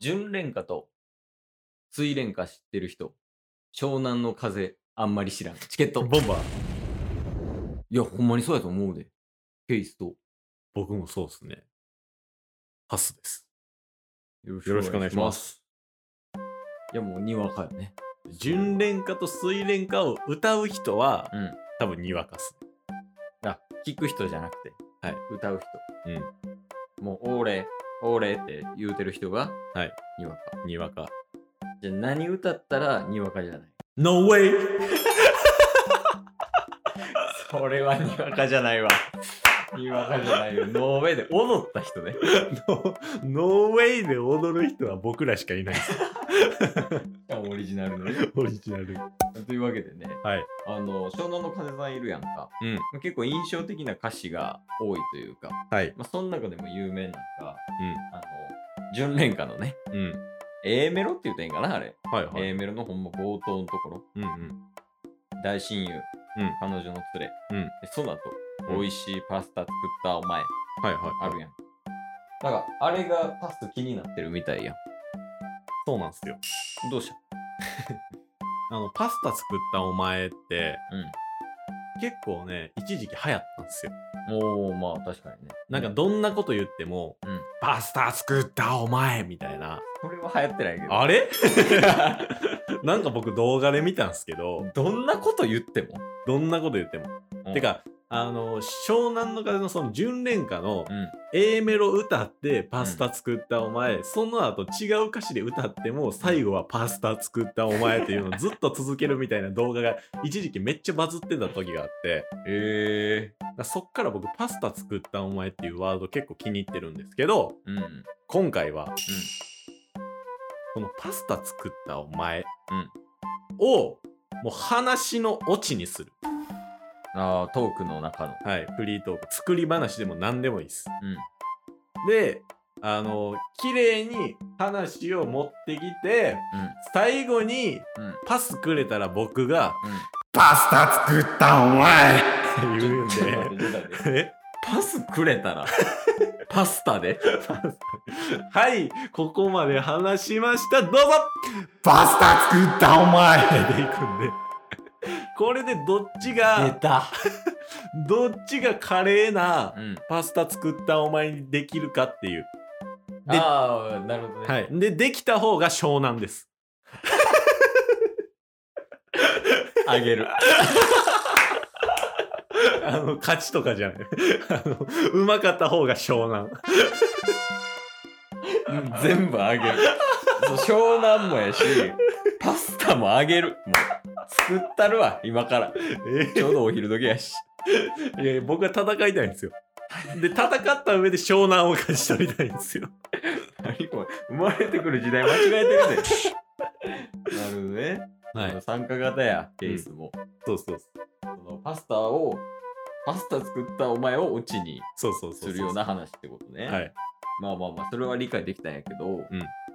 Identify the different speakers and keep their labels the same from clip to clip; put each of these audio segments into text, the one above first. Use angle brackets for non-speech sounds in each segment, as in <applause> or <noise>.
Speaker 1: 純恋歌と水恋歌知ってる人、湘南の風あんまり知らん。チケット。
Speaker 2: ボンバー。
Speaker 1: いや、ほんまにそうやと思うで。ケイスと。
Speaker 2: 僕もそうですね。ハスです。
Speaker 1: よ
Speaker 2: よろしくお願いしま。す。
Speaker 1: いや、もうにわかよね。
Speaker 2: 純恋歌と水恋歌を歌う人は、
Speaker 1: うん。
Speaker 2: 多分にわかっす。
Speaker 1: あ、聞く人じゃなくて、
Speaker 2: はい、
Speaker 1: 歌う人。うん。もう、俺、俺って言うてる人が、
Speaker 2: はい、
Speaker 1: にわか。
Speaker 2: にわか。
Speaker 1: じゃあ何歌ったらにわかじゃない
Speaker 2: No
Speaker 1: <laughs>
Speaker 2: way!
Speaker 1: それはにわかじゃ
Speaker 2: <laughs>
Speaker 1: ないわ。にわかじゃ <laughs> ないよ。ノーウェイで踊った人ね。
Speaker 2: ノノーウェイで踊る人は僕らしか
Speaker 1: <laughs>
Speaker 2: いないです。
Speaker 1: オリジナルのね。
Speaker 2: オリジナル。
Speaker 1: というわけでね、
Speaker 2: はい、
Speaker 1: あの湘南の風さんいるやんか、
Speaker 2: う
Speaker 1: 結構印象的な歌詞が多いというか、
Speaker 2: はい。
Speaker 1: まあ、その中でも有名なのが、あの純恋歌のね
Speaker 2: うん。うん。
Speaker 1: A メロって言うてんかなあれ、
Speaker 2: はいはい。
Speaker 1: A メロのほんま冒頭のところ
Speaker 2: うんうん。
Speaker 1: 大親友、
Speaker 2: うん
Speaker 1: 彼女の連れ、
Speaker 2: うん
Speaker 1: でその後、
Speaker 2: うん
Speaker 1: 美味しいパスタ作ったお前
Speaker 2: はいはい。
Speaker 1: あるやんなんかあれがパスタ気になってるみたいやん
Speaker 2: そうなんですよ。
Speaker 1: どうした
Speaker 2: あの、パスタ作ったお前って、
Speaker 1: うん
Speaker 2: 結構ね、一時期流行ったんですよ。
Speaker 1: おおまあ確かにね
Speaker 2: なんかどんなこと言っても、
Speaker 1: うん
Speaker 2: パスタ作ったお前みたいな。
Speaker 1: これは流行ってないけど
Speaker 2: あれ <laughs> なんか僕動画で見たんですけど、
Speaker 1: どんなこと言っても、
Speaker 2: どんなこと言っても。てか、あの、湘南の風のその純恋歌の
Speaker 1: うん
Speaker 2: A メロ歌ってパスタ作ったお前、その後違う歌詞で歌っても最後はパスタ作ったお前っていうのをずっと続けるみたいな動画が一時期めっちゃバズってた時があって、
Speaker 1: え
Speaker 2: だからそっから僕パスタ作ったお前っていうワード結構気に入ってるんですけど、
Speaker 1: えうん
Speaker 2: 今回は、このパスタ作ったお前
Speaker 1: うん
Speaker 2: を、もう話のオチにする。
Speaker 1: あートークの中の。
Speaker 2: はい、フリートーク。作り話でも何でもいいです。
Speaker 1: うん。
Speaker 2: で、あの、綺麗に話を持ってきて、最後に
Speaker 1: うん
Speaker 2: パスくれたら僕が、
Speaker 1: う
Speaker 2: パスタ作ったお前って言うんで、
Speaker 1: ん。うん。
Speaker 2: え
Speaker 1: パスくれたら、パスタで。
Speaker 2: はい、ここまで話しました、どうぞパスタ作ったお前で行くんで、これでどっちが、
Speaker 1: た。
Speaker 2: <laughs> どっちが華麗な
Speaker 1: うん。
Speaker 2: パスタ作ったお前にできるかっていう。で
Speaker 1: ああ、なるほどね。
Speaker 2: はい。で、できた方が湘南です。 <laughs>
Speaker 1: あげる。
Speaker 2: あの、勝ちとかじゃない。 <laughs> あの、うまかった方が湘南。
Speaker 1: 全部あげる。そう湘南もやし、パスタもあげる。もう、作ったるわ、今から。ちょうどお昼時やし。
Speaker 2: いやいや僕は戦いたいんですよ。で、戦った上で湘南を勝ち取りたいんです <laughs> よ。
Speaker 1: 何これ、生まれてくる時代間違えてるで。なるほどね。
Speaker 2: は
Speaker 1: あの。参加型や、ケースも。
Speaker 2: そうそう
Speaker 1: そのパスタを、パスタ作ったお前をオチに
Speaker 2: そう。そうそう
Speaker 1: す
Speaker 2: そう。
Speaker 1: るような。話ってことね。
Speaker 2: はい。
Speaker 1: まあまあまあ、それは理解できたんやけど、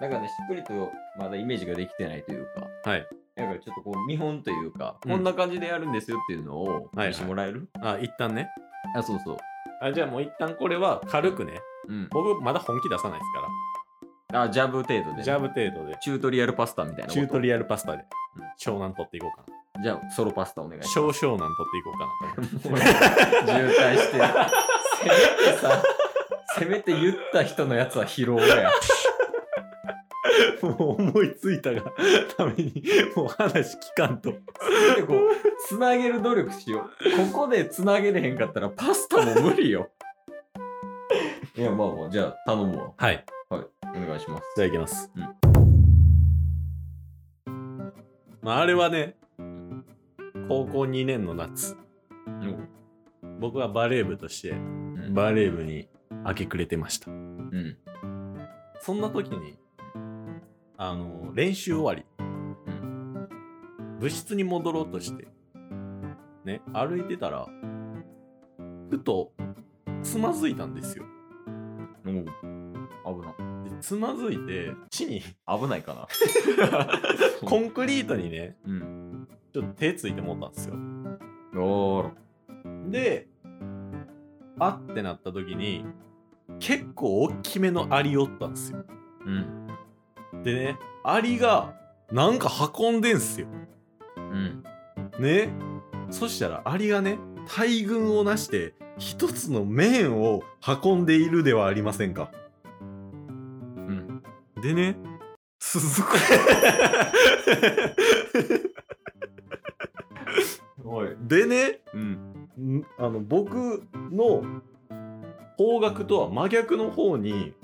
Speaker 1: なんかね、しっくりとまだイメージができてないというか、
Speaker 2: はい。
Speaker 1: なんかちょっとこう見本というか、
Speaker 2: うん
Speaker 1: こんな感じでやるんですよっていうのを
Speaker 2: はいはい
Speaker 1: 見してもらえる、
Speaker 2: あ、一旦ね。
Speaker 1: あ、そうそう。
Speaker 2: あ、じゃあもう一旦これは軽くね。
Speaker 1: うん。
Speaker 2: 僕まだ本気出さないですか
Speaker 1: あ、ジャブ程度で、
Speaker 2: ら。ジャブ程度で。
Speaker 1: チュートリアルパスタみたいなこと。
Speaker 2: チュートリアルパスタで
Speaker 1: うん。
Speaker 2: 湘南取っていこうか
Speaker 1: じゃあ、ソロパスタお願い
Speaker 2: な。
Speaker 1: しま
Speaker 2: 小湘南取っていこうかな。
Speaker 1: す。もう <laughs> 渋滞して。せめてさ、せめて言った人のやつは拾おうや。
Speaker 2: もう思いついたが <laughs> ためにもう話聞かんと
Speaker 1: せめてこう、つなげる努力しよう。ここでつなげれへんかったらパスタも無理よ。 <laughs> いや、まあまあ、じゃあ頼むわ。
Speaker 2: はい
Speaker 1: お願いします。
Speaker 2: じゃあいきます、
Speaker 1: うん
Speaker 2: まあ、あれはね高校2年の夏僕はバレー部として
Speaker 1: うん
Speaker 2: バレー部に明け暮れてました
Speaker 1: うん。
Speaker 2: そんな時にあの練習終わり、
Speaker 1: う
Speaker 2: 部室に戻ろうとしてね歩いてたらふとつまずいたんですよ
Speaker 1: おう危な
Speaker 2: でつまずいて地に
Speaker 1: い。危ないか <laughs> な。
Speaker 2: コンクリートにね
Speaker 1: うん。
Speaker 2: ちょっと手ついてもったんですよ
Speaker 1: おー
Speaker 2: であってなった時に結構大きめのアリおったんですよ
Speaker 1: うん。
Speaker 2: でねアリがなんか運んでんすよ
Speaker 1: うん。
Speaker 2: ねそしたらアリがね大群をなして一つの面を運んでいるではありませんか
Speaker 1: うん。
Speaker 2: でね鈴 <laughs> 子
Speaker 1: おい。
Speaker 2: でね
Speaker 1: うん。
Speaker 2: んあの僕の方角とは真逆の方に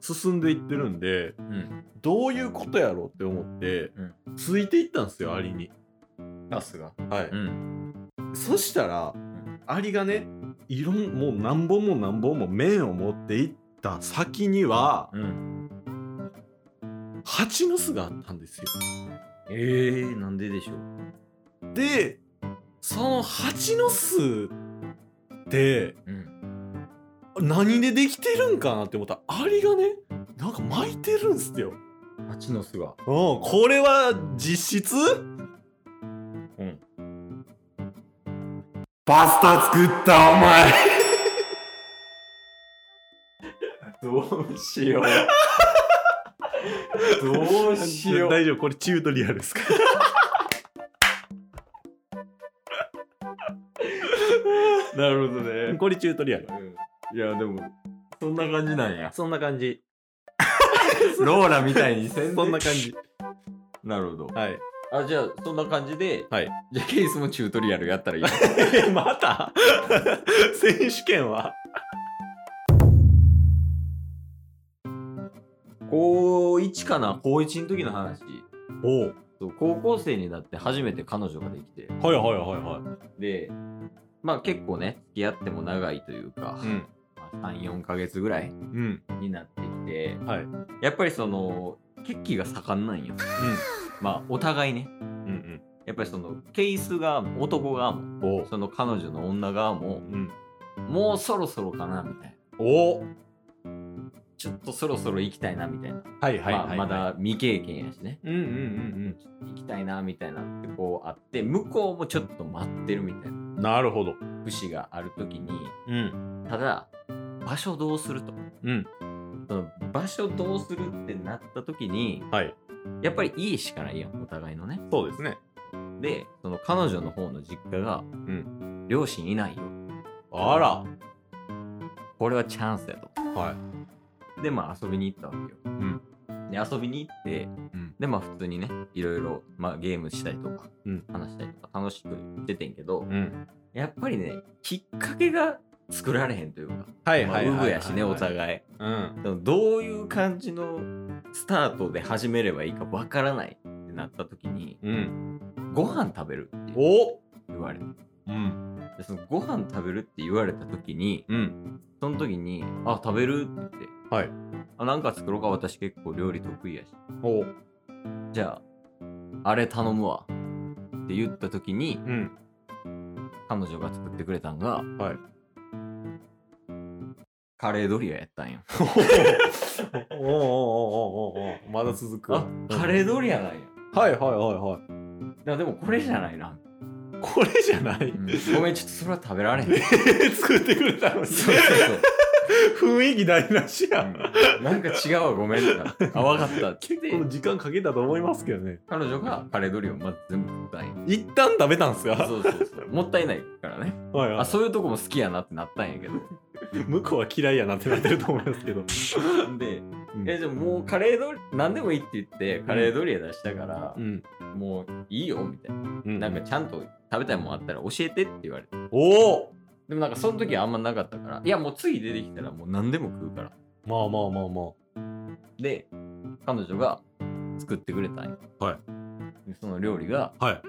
Speaker 2: 進んでいってるんで
Speaker 1: うん。
Speaker 2: どういうことやろうって思って、ついていったんですよアリに、
Speaker 1: さすが。
Speaker 2: はい
Speaker 1: うん。
Speaker 2: そしたらアリがねいろんもう何本も何本も面を持っていった先には
Speaker 1: うん。
Speaker 2: 蜂の巣があったんですよ
Speaker 1: えー、なんででしょう。
Speaker 2: でその蜂の巣って
Speaker 1: うん。
Speaker 2: 何でできてるんかなって思ったらアリがねなんか巻いてるんすよ
Speaker 1: 蜂の巣が。
Speaker 2: うん、これは実質
Speaker 1: うん。
Speaker 2: パスタ作ったお前
Speaker 1: どうし <laughs> よう。どうしよう。
Speaker 2: 大丈夫これチュートリアルですか
Speaker 1: なるほど
Speaker 2: <laughs>
Speaker 1: ね。
Speaker 2: これチュートリアル
Speaker 1: いや、でも、そんな感じなんや。
Speaker 2: そんな感じ
Speaker 1: <laughs> ローラみたいに宣伝
Speaker 2: そんな感じ
Speaker 1: なるほど。
Speaker 2: はい
Speaker 1: あ、じゃあ、そんな感じで、
Speaker 2: はい。
Speaker 1: じゃあ、ケースもチュートリアルやったらいい。
Speaker 2: また <laughs> 選手権は
Speaker 1: <laughs> 高1かな高1の時の話。
Speaker 2: おう
Speaker 1: そう高校生になって初めて彼女ができて。
Speaker 2: はいはいはいは
Speaker 1: で、まあ結構ね、付き合っても長いというか、
Speaker 2: ん
Speaker 1: まあ3、4ヶ月ぐらい
Speaker 2: うん
Speaker 1: になってきて、
Speaker 2: はい
Speaker 1: やっぱりその、血気が盛んなんよ。まあ、お互いね。
Speaker 2: うんうん
Speaker 1: やっぱりその、ケース側も、男側も、
Speaker 2: おう
Speaker 1: その彼女の女側も、
Speaker 2: うん
Speaker 1: もうそろそろかな、みたいな。
Speaker 2: おう
Speaker 1: ちょっとそろそろ行きたいな、みたいな。
Speaker 2: はいはいはい
Speaker 1: まあまだ未経験やしね。
Speaker 2: うんうんうん
Speaker 1: ちょっと行きたいな、みたいなってこうあって、向こうもちょっと待ってるみたいな
Speaker 2: うんなるほど
Speaker 1: 節があるときに、
Speaker 2: うん
Speaker 1: ただ、場所どうすると。
Speaker 2: うん
Speaker 1: その場所どうするってなったときに、
Speaker 2: はい
Speaker 1: やっぱり家しかないやん、お互いのね。
Speaker 2: そうですね
Speaker 1: で、その彼女の方の実家が、
Speaker 2: ん
Speaker 1: 両親いないよ。
Speaker 2: あら
Speaker 1: これはチャンスやと。
Speaker 2: はい
Speaker 1: で、まあ遊びに行ったわけよ。
Speaker 2: ん
Speaker 1: で、遊びに行って、
Speaker 2: うん
Speaker 1: で、まあ普通にね、いろいろ、まあゲームしたりとか、
Speaker 2: うん
Speaker 1: 話したりとか楽しく出てんけど、
Speaker 2: うん
Speaker 1: やっぱりね、きっかけが作られへんというか、
Speaker 2: は
Speaker 1: まあウブやしね、お
Speaker 2: い
Speaker 1: 互い。
Speaker 2: うん
Speaker 1: でもどういう感じのスタートで始めればいいかわからないってなった時に、
Speaker 2: うん
Speaker 1: ご飯食べるって
Speaker 2: お
Speaker 1: 言われて。
Speaker 2: うん
Speaker 1: でそのご飯食べるって言われた時に、
Speaker 2: うん
Speaker 1: その時に、あ、食べるって言って、
Speaker 2: はい
Speaker 1: あ、なんか作ろうか、私結構料理得意やし。
Speaker 2: おう
Speaker 1: じゃあ、あれ頼むわ。って言った時に、
Speaker 2: うん
Speaker 1: 彼女が作ってくれたんが、
Speaker 2: はい
Speaker 1: カレードリアやったんよ。
Speaker 2: おうおうおうおうおうおうまだ続く
Speaker 1: あ、 <laughs> カレードリアなんや。
Speaker 2: はいはいはいはい
Speaker 1: やでもこれじゃないな。
Speaker 2: いこれじゃない
Speaker 1: うんごめん、ちょっとそれは食べられへ <laughs> ん。そう
Speaker 2: <laughs> 作ってくれたのに
Speaker 1: そうそう。
Speaker 2: <laughs> 雰囲気台無しやん
Speaker 1: うんなんか違うわ、ごめんってな <laughs> って。あ、わかったって
Speaker 2: 結
Speaker 1: 言っ
Speaker 2: 構
Speaker 1: て、
Speaker 2: 時間かけたと思いますけどね
Speaker 1: 彼女がカレードリアをまず全部食ったんよ。
Speaker 2: 一旦食べたんすか
Speaker 1: そうそうそう。もったいないからね。
Speaker 2: はいはい
Speaker 1: あ、そういうとこも好きやなってなったんやけど。
Speaker 2: 向こうは嫌いやなってなってると思いま
Speaker 1: <laughs>
Speaker 2: すけど
Speaker 1: で、
Speaker 2: うん
Speaker 1: え、じゃあもうカレードリア、なんでもいいって言って、カレードリア出したから
Speaker 2: う、ん
Speaker 1: もういいよ、みたいな。
Speaker 2: うん
Speaker 1: なんかちゃんと食べたいもんあったら教えてって言われて。
Speaker 2: おお
Speaker 1: でもなんかその時はあんまなかったから、いやもう次出てきたらもう何でも食うから。
Speaker 2: まあまあまあまあ
Speaker 1: で、彼女が作ってくれたんよ。。
Speaker 2: はい
Speaker 1: その料理が
Speaker 2: はい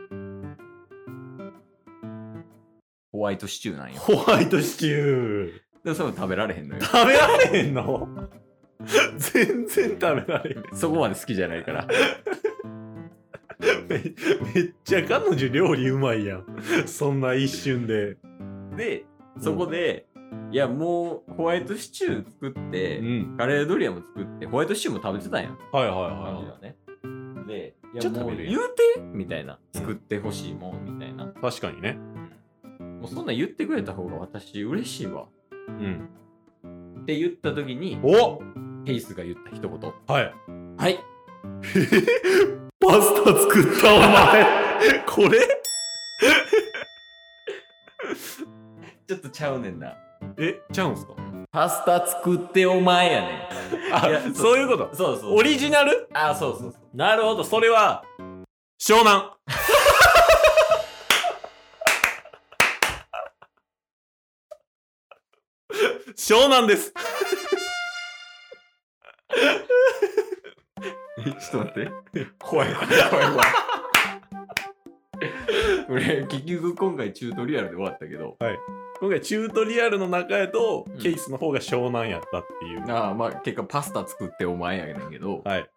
Speaker 1: ホワイトシチューなんよ。
Speaker 2: ホワイトシチュー
Speaker 1: でもそれも食べられへんのよ。 <laughs>
Speaker 2: 食べられへんの <laughs> 全然食べられへん
Speaker 1: そこまで好きじゃないから。
Speaker 2: めめっちゃ彼女料理うまいやんそんな一瞬で
Speaker 1: <laughs> で、そこで、いやもうホワイトシチュー作って、
Speaker 2: ん
Speaker 1: カレードリアも作って、ホワイトシチューも食べてたんやん。
Speaker 2: はいはい
Speaker 1: 彼
Speaker 2: は
Speaker 1: 女はね。で、い
Speaker 2: ち
Speaker 1: や
Speaker 2: ょっと
Speaker 1: も
Speaker 2: 食
Speaker 1: う
Speaker 2: べるやん
Speaker 1: 言うてみたいな。作ってほしいもんみたいな。
Speaker 2: い確かにね
Speaker 1: もうそんなん言ってくれた方が私嬉しいわ。
Speaker 2: うん
Speaker 1: って言った時に、
Speaker 2: お
Speaker 1: ケイスが言った一言。
Speaker 2: はい
Speaker 1: はい
Speaker 2: パスタ作ったお前これ
Speaker 1: ちょっとちゃうねんな。
Speaker 2: えちゃうんすか
Speaker 1: パスタ作ってお前やねん。
Speaker 2: あ
Speaker 1: いや
Speaker 2: そういうこと
Speaker 1: そうそう。
Speaker 2: オリジナル
Speaker 1: あ、そうそうそう。
Speaker 2: なるほどそれは湘南湘南です
Speaker 1: え、ちょっと待って。怖い怖い怖い怖 <laughs> い。これ、結局今回チュートリアルで終わったけど、
Speaker 2: 今回チュートリアルの中やと、
Speaker 1: うん
Speaker 2: ケイスの方が湘南やったっていう
Speaker 1: あーまあ結果パスタ作ってお前やねんけど、
Speaker 2: はい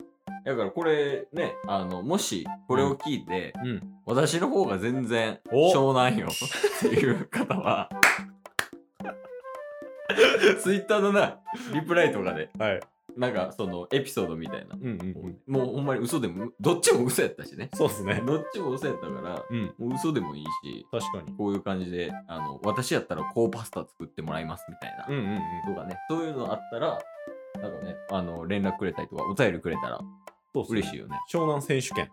Speaker 1: だからこれね、あの、もしこれを聞いて、
Speaker 2: うん
Speaker 1: 私の方が全然
Speaker 2: お
Speaker 1: 湘南よっていう方は、ツイッターのな、リプライとかで、
Speaker 2: はい
Speaker 1: なんかそのエピソードみたいな。
Speaker 2: うんうんうん
Speaker 1: もうほんまに嘘でも、どっちも嘘やったしね。
Speaker 2: そうっすね
Speaker 1: どっちも嘘やったから、
Speaker 2: うん
Speaker 1: もう嘘でもいいし、
Speaker 2: 確かに
Speaker 1: こういう感じで、あの、私やったらこうパスタ作ってもらいますみたいな。
Speaker 2: うんうんうん
Speaker 1: とかね、そういうのあったら、なんかね、あの、連絡くれたりとか、お便りくれたら
Speaker 2: そうっすね
Speaker 1: 嬉しいよね。
Speaker 2: 湘南選手権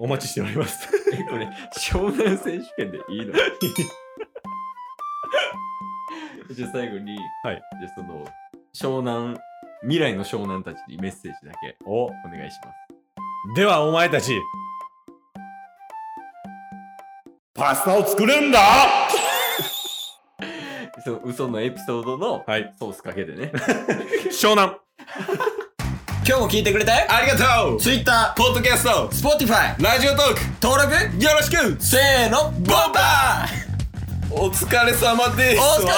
Speaker 2: お待ちしております
Speaker 1: え、 <laughs> これ、湘南選手権でいいの <laughs> じゃあ最後に、
Speaker 2: はい
Speaker 1: じゃあその、湘南、未来の湘南たちにメッセージだけ
Speaker 2: お
Speaker 1: お願いします。
Speaker 2: ではお前たちパスタを作るんだ
Speaker 1: その嘘のエピソードの
Speaker 2: はい
Speaker 1: ソースかけてね。
Speaker 2: 湘南
Speaker 3: 今日も聞いてくれてありがとう Twitter、ポッドキャスト、Spotify、ラジオトーク登録よろしくせーのボンバーお疲れ様ですお疲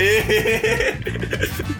Speaker 3: れ様ですえー